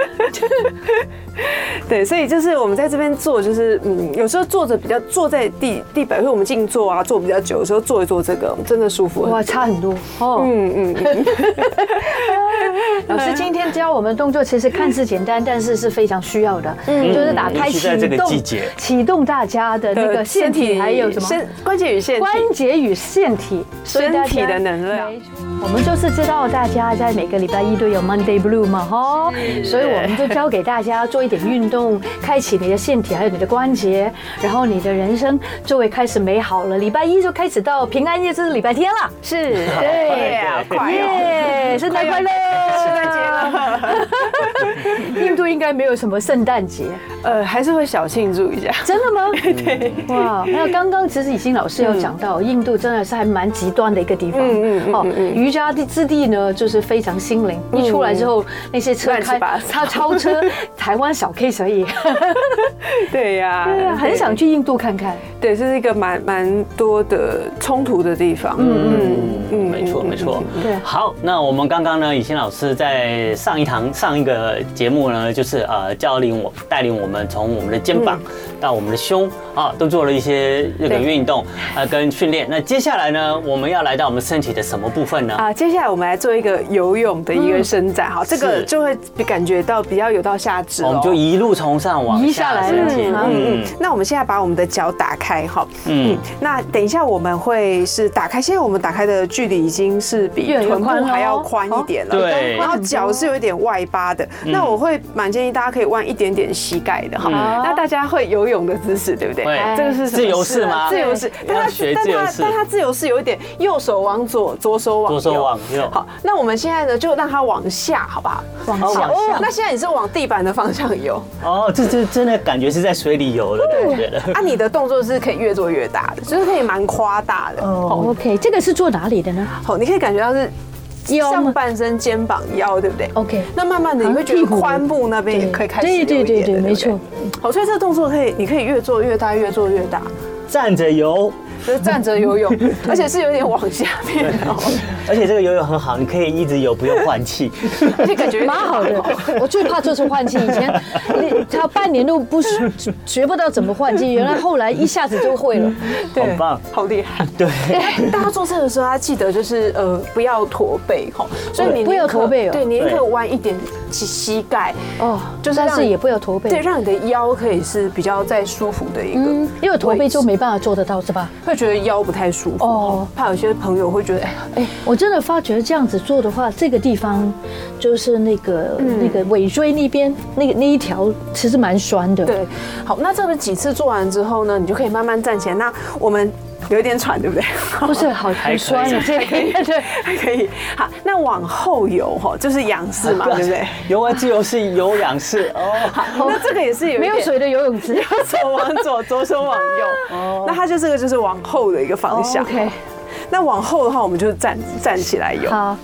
对，所以就是我们在这边坐，就是嗯，有时候坐着比较坐在地地板，因为我们静坐啊，坐比较久，有时候坐一坐这个真的舒服很多。
哇，差很多哦。
嗯嗯嗯，
老师今天教我们动作，其实看似简单，但是是非常需要的，
嗯
就是打开
尤其
启
在这个
动
季节，
启动大家的 那个腺体，还有什么
呃身关节与腺体
关节与腺体，所以大家
身体的能量
没错。我们就是知道大家在每个礼拜一都有 Monday Blue 嘛，哈，所以我们就教给大家做一点运动，开启你的腺体，还有你的关节，然后你的人生就会开始美好了。礼拜一就开始到平安夜，就是礼拜天了，
是，
对
啊，
对
快哦，
耶！圣诞快乐， 圣
圣诞节 了，
印度应该没有什么圣诞节，
呃，还是会小庆祝一下。
真的吗？对，哇！还有刚刚其实已经老师有讲到，印度真的是还蛮极端的一个地方。
嗯嗯嗯嗯
哦，瑜伽的之地呢，就是非常心灵。一出来之后，那些车
乱七
开
八糟
他超 车，台湾小 K 而已。
对哎呀，
对啊， 很想去印度看看。
对，这是一个蛮蛮多的冲突的地方。嗯嗯
没错，没错。
对
好，那我们刚刚呢，以欣老师在上一堂上一个节目呢，就是呃，教领我带领我们从我们的肩膀
嗯
到我们的胸啊，都做了一些那个
对
运动呃跟训练。那接下来呢，我们要来到我们身体的什么部分呢？
啊，接下来我们来做一个游泳的
嗯
一个伸展，哈，这个
是
就会感觉到比较有到下肢
我
哦
们。就一路从上往
移
下
下来
身
了
体，
嗯
嗯
那我们现在把我们的脚打开哈，
嗯
嗯，那等一下我们会是打开，现在我们打开的距离已经是比
越来越
臀部
宽了哦
还要宽一点了，
哦对嗯
然后脚是有一点外八的，那我会蛮建议大家可以弯一点点膝盖的哈，
嗯
那大家会游泳的姿势对不对
会？
这个是什么
自由式吗
啊自由式，但
要
它
学
但
自由
它
式
但它自由式有一点右手往左，左手往
左手往右
好，那我们现在呢就让它往下，好不好？哦
往
好
下
往下
那现在你是往地板的方向游，
哦，这这真的感觉是在水里游的感觉了。
啊，你的动作是可以越做越大的，就是可以蛮夸大的。
哦，OK，这个是做哪里的呢？
好，你可以感觉到是
腰吗
上半身、肩膀、腰，对不对
OK
那慢慢的你会觉得髋部那边也可以开始
对对
有一
对
点
对，没。
不
错。
好，所以这个动作可以，你可以越做越大，越做越大，
站着游，
就是站着 游泳，而且是有点往下面 哦，
而且这个游泳很好，你可以一直游，不用换 气。
而且感觉
蛮好的，我最怕就是换气。以 前他半年都不学学不到怎么换气，原来后来一下子就会了。
好棒
好厉 害。
对，
大家做这的时候，要记得就是呃，不要驼背吼，所以你宁可
不要驼背哦
对，你
对
可以弯一点膝膝盖，
哦，
就是
但
让
是
你
也不要驼背。
对，让你的腰可以是比较在舒服的一个位
嗯
置，，
因为驼背就没办法做得到，是吧？
会觉得腰不太舒服
哦
哦，怕有些朋友会觉得哎哎，
我真的发觉这样子做的话，这个地方就是那个、
嗯
那个尾椎那边那个那一条其实蛮酸的。，
对，好，那这个几次做完之后呢，你就可以慢慢站起来。那我们有一点喘，对不对？
不
哦
是好好酸啊，这个对。
还可以。好，那往后游哈，就是仰视 嘛，对不对？？
游完自由式，有氧式哦。
那这个也是有一
没有
点
水的游泳池。
手往 左，左手往右。那它就这个就是往后的一个方向。
哦 OK，
那往后的话，我们就站站起来游。
好，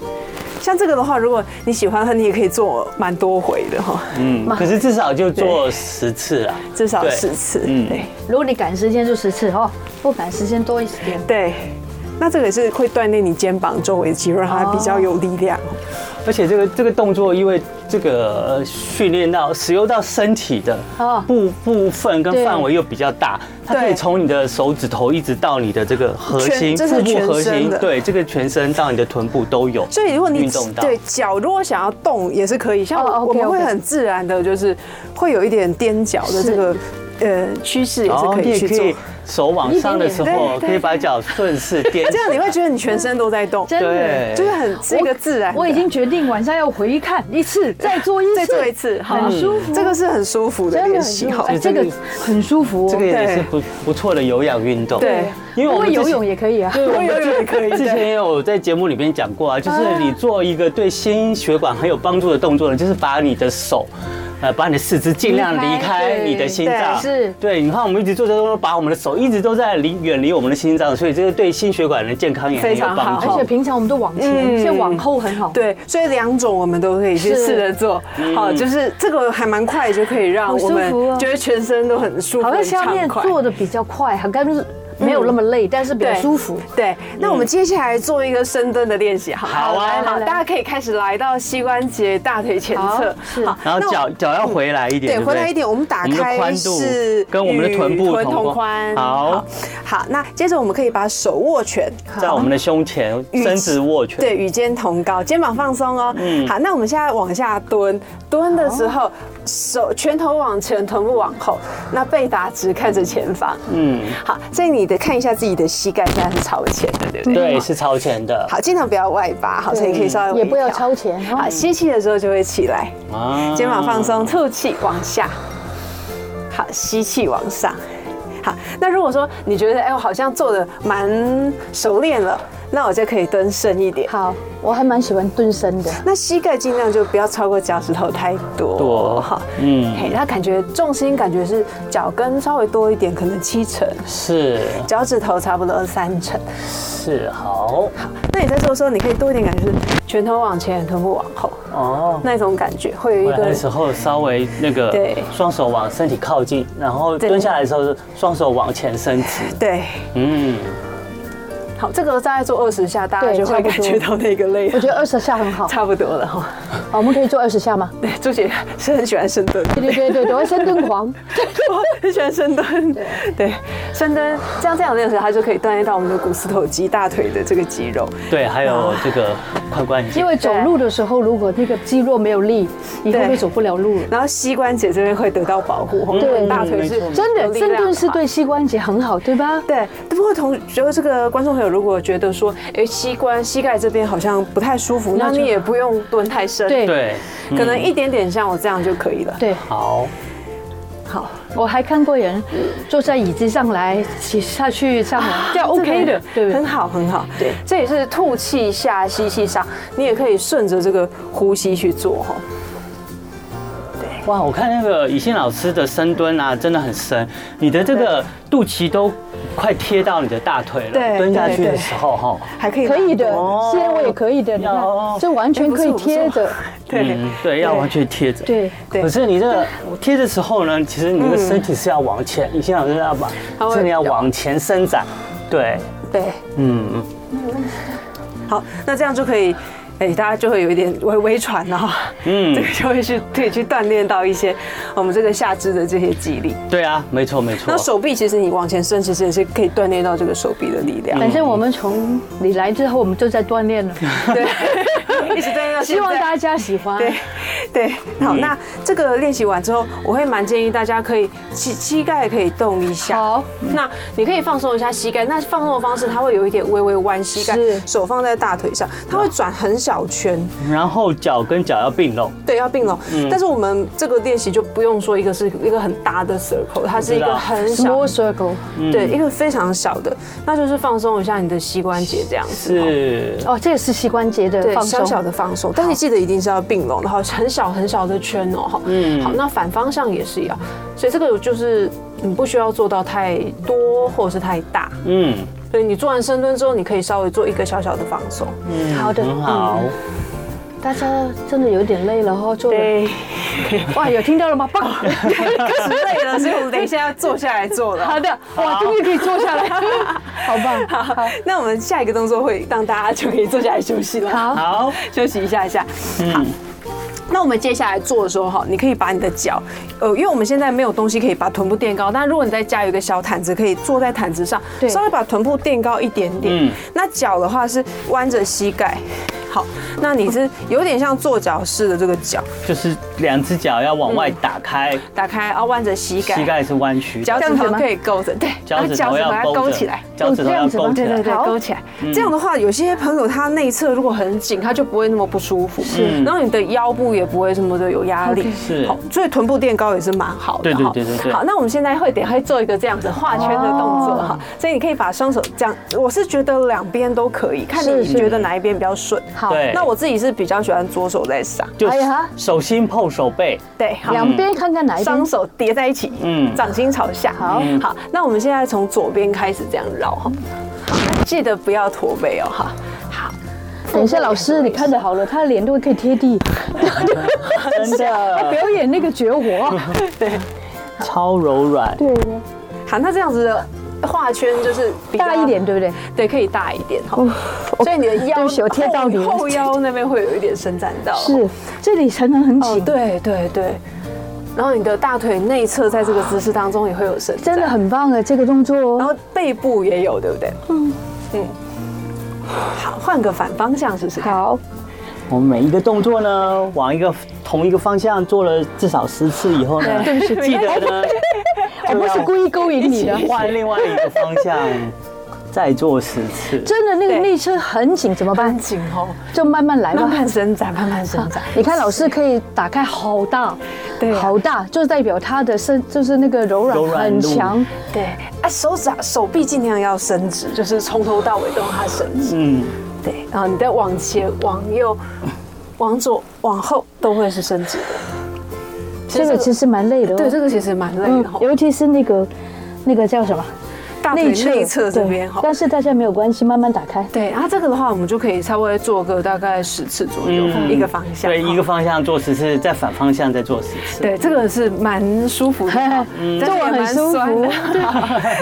像这个的话，如果你喜欢的话，你也可以做蛮多回的哈，
嗯，可是至少就做十次啊，
至少
对
十次。
嗯
对
如果你赶时间就十次哦，不赶时间多一点。
对。那这个也是会锻炼你肩膀周围的肌肉，让它比较有力量。
哦而且这个这个动作，因为这个呃训练到使用到身体的
哦
部部分跟
对
范围又比较大，它
对
可以从你的手指头一直到你的这个核心、
全这是
腹部
全
核
身
心，
的
对，这个全身到你的臀部都有。
所以如果你
运动到
对脚如果想要动也是可以，
哦
像我我
，OK，OK
们会很自然的，就是会有一点踮脚的这个呃趋势也
然
是
后
可
哦你
以
也
去
可
做
以。手往上的时
一点
候，
点对对
可以把脚顺势 颠起来，
这样你会觉得你全身都在动，
真的，
对，
就是很是一个自然的。
我已经决定晚上要回看一 次，再做一次，
再做一次，好
很舒服。
这个是很舒服的
真的
练
很
习
舒服，
哈。
哎这
这个
个很舒服哦。
这个也是
对
不不错的有氧运动。
对
因为
不
我
会
们之
游
前
泳也可以啊。
对，我们
游泳也可以
之前也有在节目里边
啊
讲过啊，就是你做一个对心血管很有帮助的动作呢，就是把你的手。呃把你的四肢尽量离
离开
开
对
你的心
对
脏，
是
对，你看我们一直做这动作，把我们的手一直都在离远离我们的心脏，所以这个对心血管的健康也很
非
有
常
帮
好
而
助
且。平常我们都往前，现在往后很好。，
哦嗯对，所以两种我们都可以去
是
试着做，好，就是这个还蛮快就可以让
好舒
我们
服哦
觉得全身都很舒服，
好像
很
下面
畅快。
做的比较快，好像就是没有那么
嗯
累，但是比较
对
舒服。嗯
对，那我们接下来做一个深蹲的练习，好吗？
好啊
来
来
好，
来
大家可以开始来到膝关节、大腿前侧
好，是
然后脚脚要回来一点，
对，
不
回来一点，我们打
我们的
开
宽度
是
跟我们的臀
与
部
臀
同
同
宽
宽。
好，
好，那接着我们可以把手握拳，
在我们的胸前
与
伸直握拳，
对，与肩同高，肩膀放松哦。
嗯
好，那我们现在往下蹲，蹲的时候手拳头往前，臀部往后，那背打直看着前方。嗯，好，所以你的看一下自己的膝盖现在是朝前的，对不对？
对，是超前的
好，尽量不要外八，好，所以可以稍微
嗯也不要
微调啊
超嗯前哦
好，吸气的时候就会起来，
啊
肩膀放松，吐气往下，好，吸气往上。好，那如果说你觉得哎、我好像做的蛮熟练了，那我就可以蹲深一点。
好，我还蛮喜欢蹲深的。
那膝盖尽量就不要超过脚趾头太多，
多
好，
嗯
嗯，嘿，那感觉重心感觉是脚跟稍微多一点，可能七成，
是
脚趾头差不多三成。
是好
那你在做的时候，你可以多一点感觉是拳头往前，臀部往后，
哦。
那种感觉会
回
有一
来
个
的时候稍微那个，
对
双手往身体靠近，然后
对
蹲下来的时候双手往前伸直，
对。
嗯，
好，这个大概做二十下，大家
对
就会
差不多
感觉到那个累
我，觉得二十下很好，
差不多了哈。
好我们可以做二十 下吗？
对，朱姐是很喜欢深 蹲，
对对对对对，我会深蹲狂。
我很喜欢深蹲。对，深蹲这样这样练的时候，它就可以锻炼到我们的股四头肌、大腿的这个肌肉。
对，还有
啊
这个髋关节
因，为走路的时候，如果那个肌肉没有力，以后
对
会走不了路了。
然后膝关节这边会得到保护，我们
对
大腿是
没错
真
有
的，
力
深
量
蹲是
嘛。
对膝关节很好，对吧？
对，不过同觉得这个观众朋友如果觉得说，哎，膝关膝盖这边好像不太舒服，
那
那
就
你也不用蹲太深，
对
对，嗯
可能一点点像我这样就可以了。
对，
好，
好，我还看过人坐在椅子上来，起下去上来，这样
这个
OK 的，对不
很
对？
好很好。
对
这也是吐气下、吸气上，你也可以顺着这个呼吸去做哈。
哇，我看那个以信老师的深蹲啊，真的很深，你的这个肚脐都快贴到你的大腿了，
对
蹲下
对
去的
对
时候哈，
还可以
可以的
哦，
现在我也可以的，你看
哦，
这完全可以贴着，
对
嗯，对，要完全贴着，
对嗯
对
可是你这个贴的时候呢，其实你的身体是要往前，以信老师要把
它会
真的要往前伸展，对，
对。
嗯。
好，那这样就可以，哎、大家就会有一点微微喘了、哈，
嗯
嗯， 这个就会去可以去锻炼到一些我们这个下肢的这些肌力。
对啊，没错没错。
那手臂其实你往前伸，其实也是可以锻炼到这个手臂的力量。
反正我们从你来之后，我们就在锻炼了，
对，一直锻炼到现在
希望大家喜欢。
对对，好，那这个练习完之后，我会蛮建议大家可以膝膝盖可以动一下。
好，
那你可以放松一下膝盖。那放松的方式，它会有一点微微弯膝盖
是，
手放在大腿上，它会转很小圈。
然后脚跟脚要并拢，
对，要并拢。
嗯
但是我们这个练习就不用说一个是一个很大的 circle，它是
我知
一个
道嗯
很小
Small，circle，
对，一个非常小的，那就是放松一下你的膝关节这样子。
是
哦，这也是膝关节的
对，
放
小小
松。
的放松，但是记得一定是要并拢的哈，很小很小的圈哦哈。嗯，好，那反方向也是要，所以这个就是你不需要做到太多或者是太大，
嗯，
所以你做完深蹲之后，你可以稍微做一个小小的放松。
好的，
很好。
嗯大家真的有点累了哦哈，做了。 哇，有听到了吗？棒！
开始累了，所以我们等一下要坐下来做 了。
好的，哇，终于可以坐下来，好棒！
好，那我们下一个动作会让大家就可以坐下来休息了。
好
好，
休息一下下。好，那我们接下来做的时候哈，你可以把你的脚，呃，因为我们现在没有东西可以把臀部垫高，但如果你在家有一个小毯子，可以坐在毯子上，
对
稍微把臀部垫高一点点。
嗯
那脚的话是弯着膝盖。好，那你是有点像坐脚式的这个脚
就是两只脚要往外打开，
打开，啊，弯着膝盖，
膝盖是弯曲的，
脚
这
趾
样子
头
吗
可以勾着，对，然
脚
后
趾头
把
要
它
勾
勾
着
起来。
脚趾头要勾
哦这样
起
子吗
对
来
对。对，
好
勾起来。这样的话，有些朋友他内侧如果很紧，他就不会那么不舒服，是然后你的腰部也不会什么的有压力，
是
好，所以臀部垫高也是蛮好的。
对对
哈
对对对
好，那我们现在会得会做一个这样子画圈的动作
哦
哈，所以你可以把双手这样，我是觉得两边都可以，看
是
你
是
觉得哪一边比较顺。
好
对，
那我自己是比较喜欢左手在撒，
就
哎呀
手心碰手背，
对，好，
两边看看哪一边
双手叠在一起，
嗯
嗯，掌心朝下。
好
嗯好，那我们现在从左边开始这样绕哈，好记得不要驼背哦哈。
等一下，老师，你看的好了，他的脸都可以贴地，
真
呃
的
表演那个绝活。
超柔软。
对，
好，那这样子的画圈就是比较
大一点，，对不哦对？
对，可以大一点哈。所以你的腰
对不起我贴到你了
后后腰那边会有一点伸展到，
是，这里层层很
哦，
紧，
对对对。然后你的大腿内侧在这个姿势当中也会有伸展，
真的很棒哎，这个动作
然
哦。
后背部也有，对不对？嗯嗯。好，换个反方向试试看。
好，
我们每一个动作呢，往一个同一个方向做了至少十次以后呢，
对不起
记得呢，
我哎不是故意勾引
啊
你的，
换另外一个方向再做十次。
真的那个
对
内侧很紧，怎么办
搬？紧哦，
就慢慢来吧
慢。慢伸展，慢慢伸展。
你看老师可以打开好大，
对啊
好大，就是代表他的身就是那个柔
柔
软
软
很
度
强。
对，啊，手指啊手臂尽量要伸直，就是从头到尾都让它伸直。
嗯，
对，然后你再往前、往右、往左、往后都会是伸直的。
这个其实蛮累的哦。
对，这个其实蛮累
嗯
的哦，
尤其是那个那个叫什么
大腿啊内侧这边哈
对。但是大家没有关系，慢慢打开。
对，然后这个的话，我们就可以差不多做个大概十次左右，
嗯
一个方向。
对，
哈
一个方向做十次，再反方向再做十次。
对，这个是蛮舒服的哈，
嗯
但是也蛮酸的。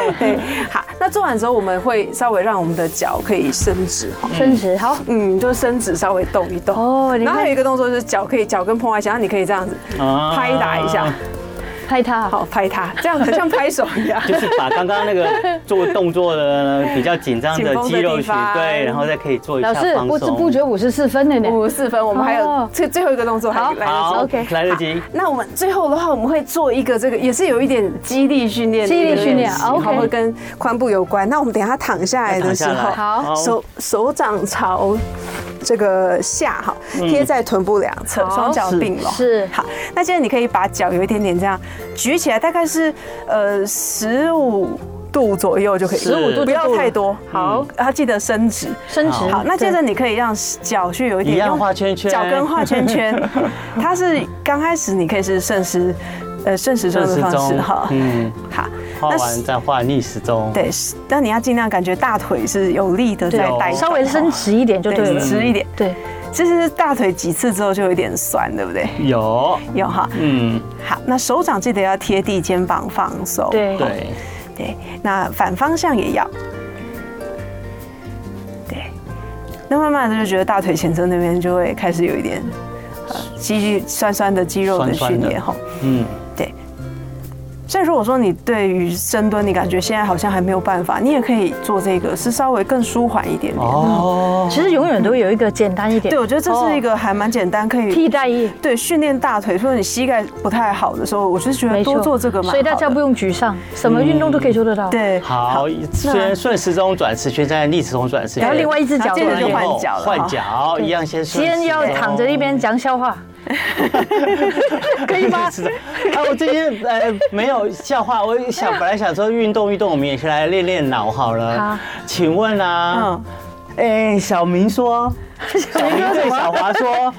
对，好，那做完之后，我们会稍微让我们的脚可以伸直哈，
伸直好。
嗯，就伸直稍微动一动。
哦你看
然后还有一个动作就是脚可以脚跟碰在一起，然后你可以这样子
啊
拍打一下，
拍它，
好拍它，这样很像拍手一样。
就是把刚刚那个做动作的比较紧张的
紧绷的
肌肉
地
群，
方
对，然后再可以做一下
老师
放
不知不
松。
觉五十四分了呢。
五十四分，我们还有
哦
最最后一个动作还来得及。
好
OK，
来得及。
那我们最后的话，我们会做一个这个，也是有一点肌力训练的
肌
一
力
个练习，哦
训练
好
OK
会跟髋部有关。那我们等一下躺下来的时
要躺
候，
下来好
手手掌朝这个下哈，
嗯
贴在臀部两侧，
好
双脚并拢。
是
好，那现在你可以把脚有一点点这样举起来，大概是呃十五。度左右就可以，
15度就够嗯
不要太多。
好，
然后记得伸直。
伸直。
好，那接着
对
你可以让脚去有一点
一样
用
画圈圈
脚跟画圈 圈。它是刚开始你可以是顺时，呃，顺时钟
顺
的
时
方式
钟
哈，。
嗯，
好，
画
那
完
是
再画逆时钟。，
对，是那你要尽量感觉大腿是有力的在
对
带动，
稍微伸直一点就对
对，
了。
直一点。
对，
其实大腿几次之后就有点酸，对不对？
有，
有哈，
嗯，
好，那手掌记得要贴地，肩膀放松。
对
对，
对，那反方向也要。对，那慢慢的就觉得大腿前侧那边就会开始有一点呃肌肉酸酸的肌肉的
酸酸
训
的
练哈。
嗯，
对。所以如果说你对于深蹲，你感觉现在好像还没有办法，你也可以做这个，是稍微更舒缓一点点。
哦，
其实永远都有一个简单一点。
对，我觉得这是一个还蛮简单，可以
替代役。
对训练大腿。说你膝盖不太好的时候，我就觉得
没错
多做这个蛮好的。
所以大家不用沮丧，什么运动都可以做得到。，
对
好，先顺时钟转时圈，再逆时钟转时圈。
然后另外一只脚
然后接
过
着
来
就
以
换
后
脚了哈。
换脚一样先顺时
先
钟。
要躺着一边讲笑 话，可以吗？
是的，啊，我最近呃没有笑话，我想本来想说运动运动，我们也是来练练脑好了。
好
请问啊，
嗯，
哎、小明说，小明对小华说，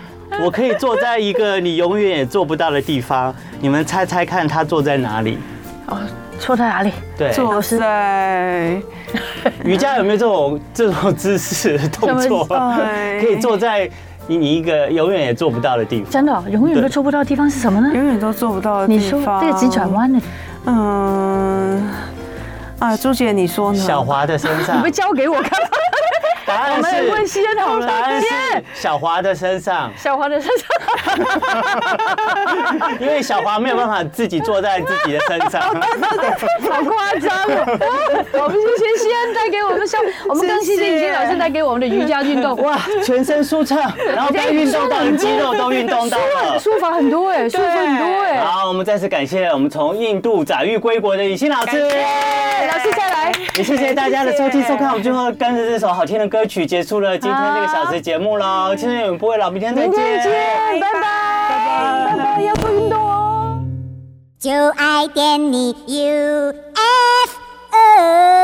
我可以坐在一个你永远也坐不到的地方，你们猜猜看他坐在哪里？
说到哪里？
对，
坐在
瑜伽有没有这种这种姿势动作
什
么？
可以坐在你你一个永远也做不到的地方。
真的哦，永远都做不到的地方是什么呢？
永远都做不到的
你
地
说
方。
这个急转？弯呢？
嗯，啊，朱姐，你说呢？
小华的身
嗯你
上
不，交给我看吗？
答
我
案
们来问
是
西恩好了，
答案
西
是
恩
小华的身上。
小黄的身上，
因为小华没有办法自己坐在自己的身 上，
好夸张哦！ 我们谢谢西恩带给我们像我们刚谢谢已经老师带给我们的瑜伽运动，哇，
全身舒畅，然后该运动到的肌肉都运动到了。
舒服很多哎，舒服很多哎。
好，我们再次感谢我们从印度载誉归国的尹欣老师，
老师再来，
也谢谢大家的收听收看。我们最后跟着这首好听的歌曲结束了今天这个小时节目喽。今天我们不会老，明天再
明天见
见。，
拜拜，拜拜，要做哎运动哦。
就爱点你 UFO。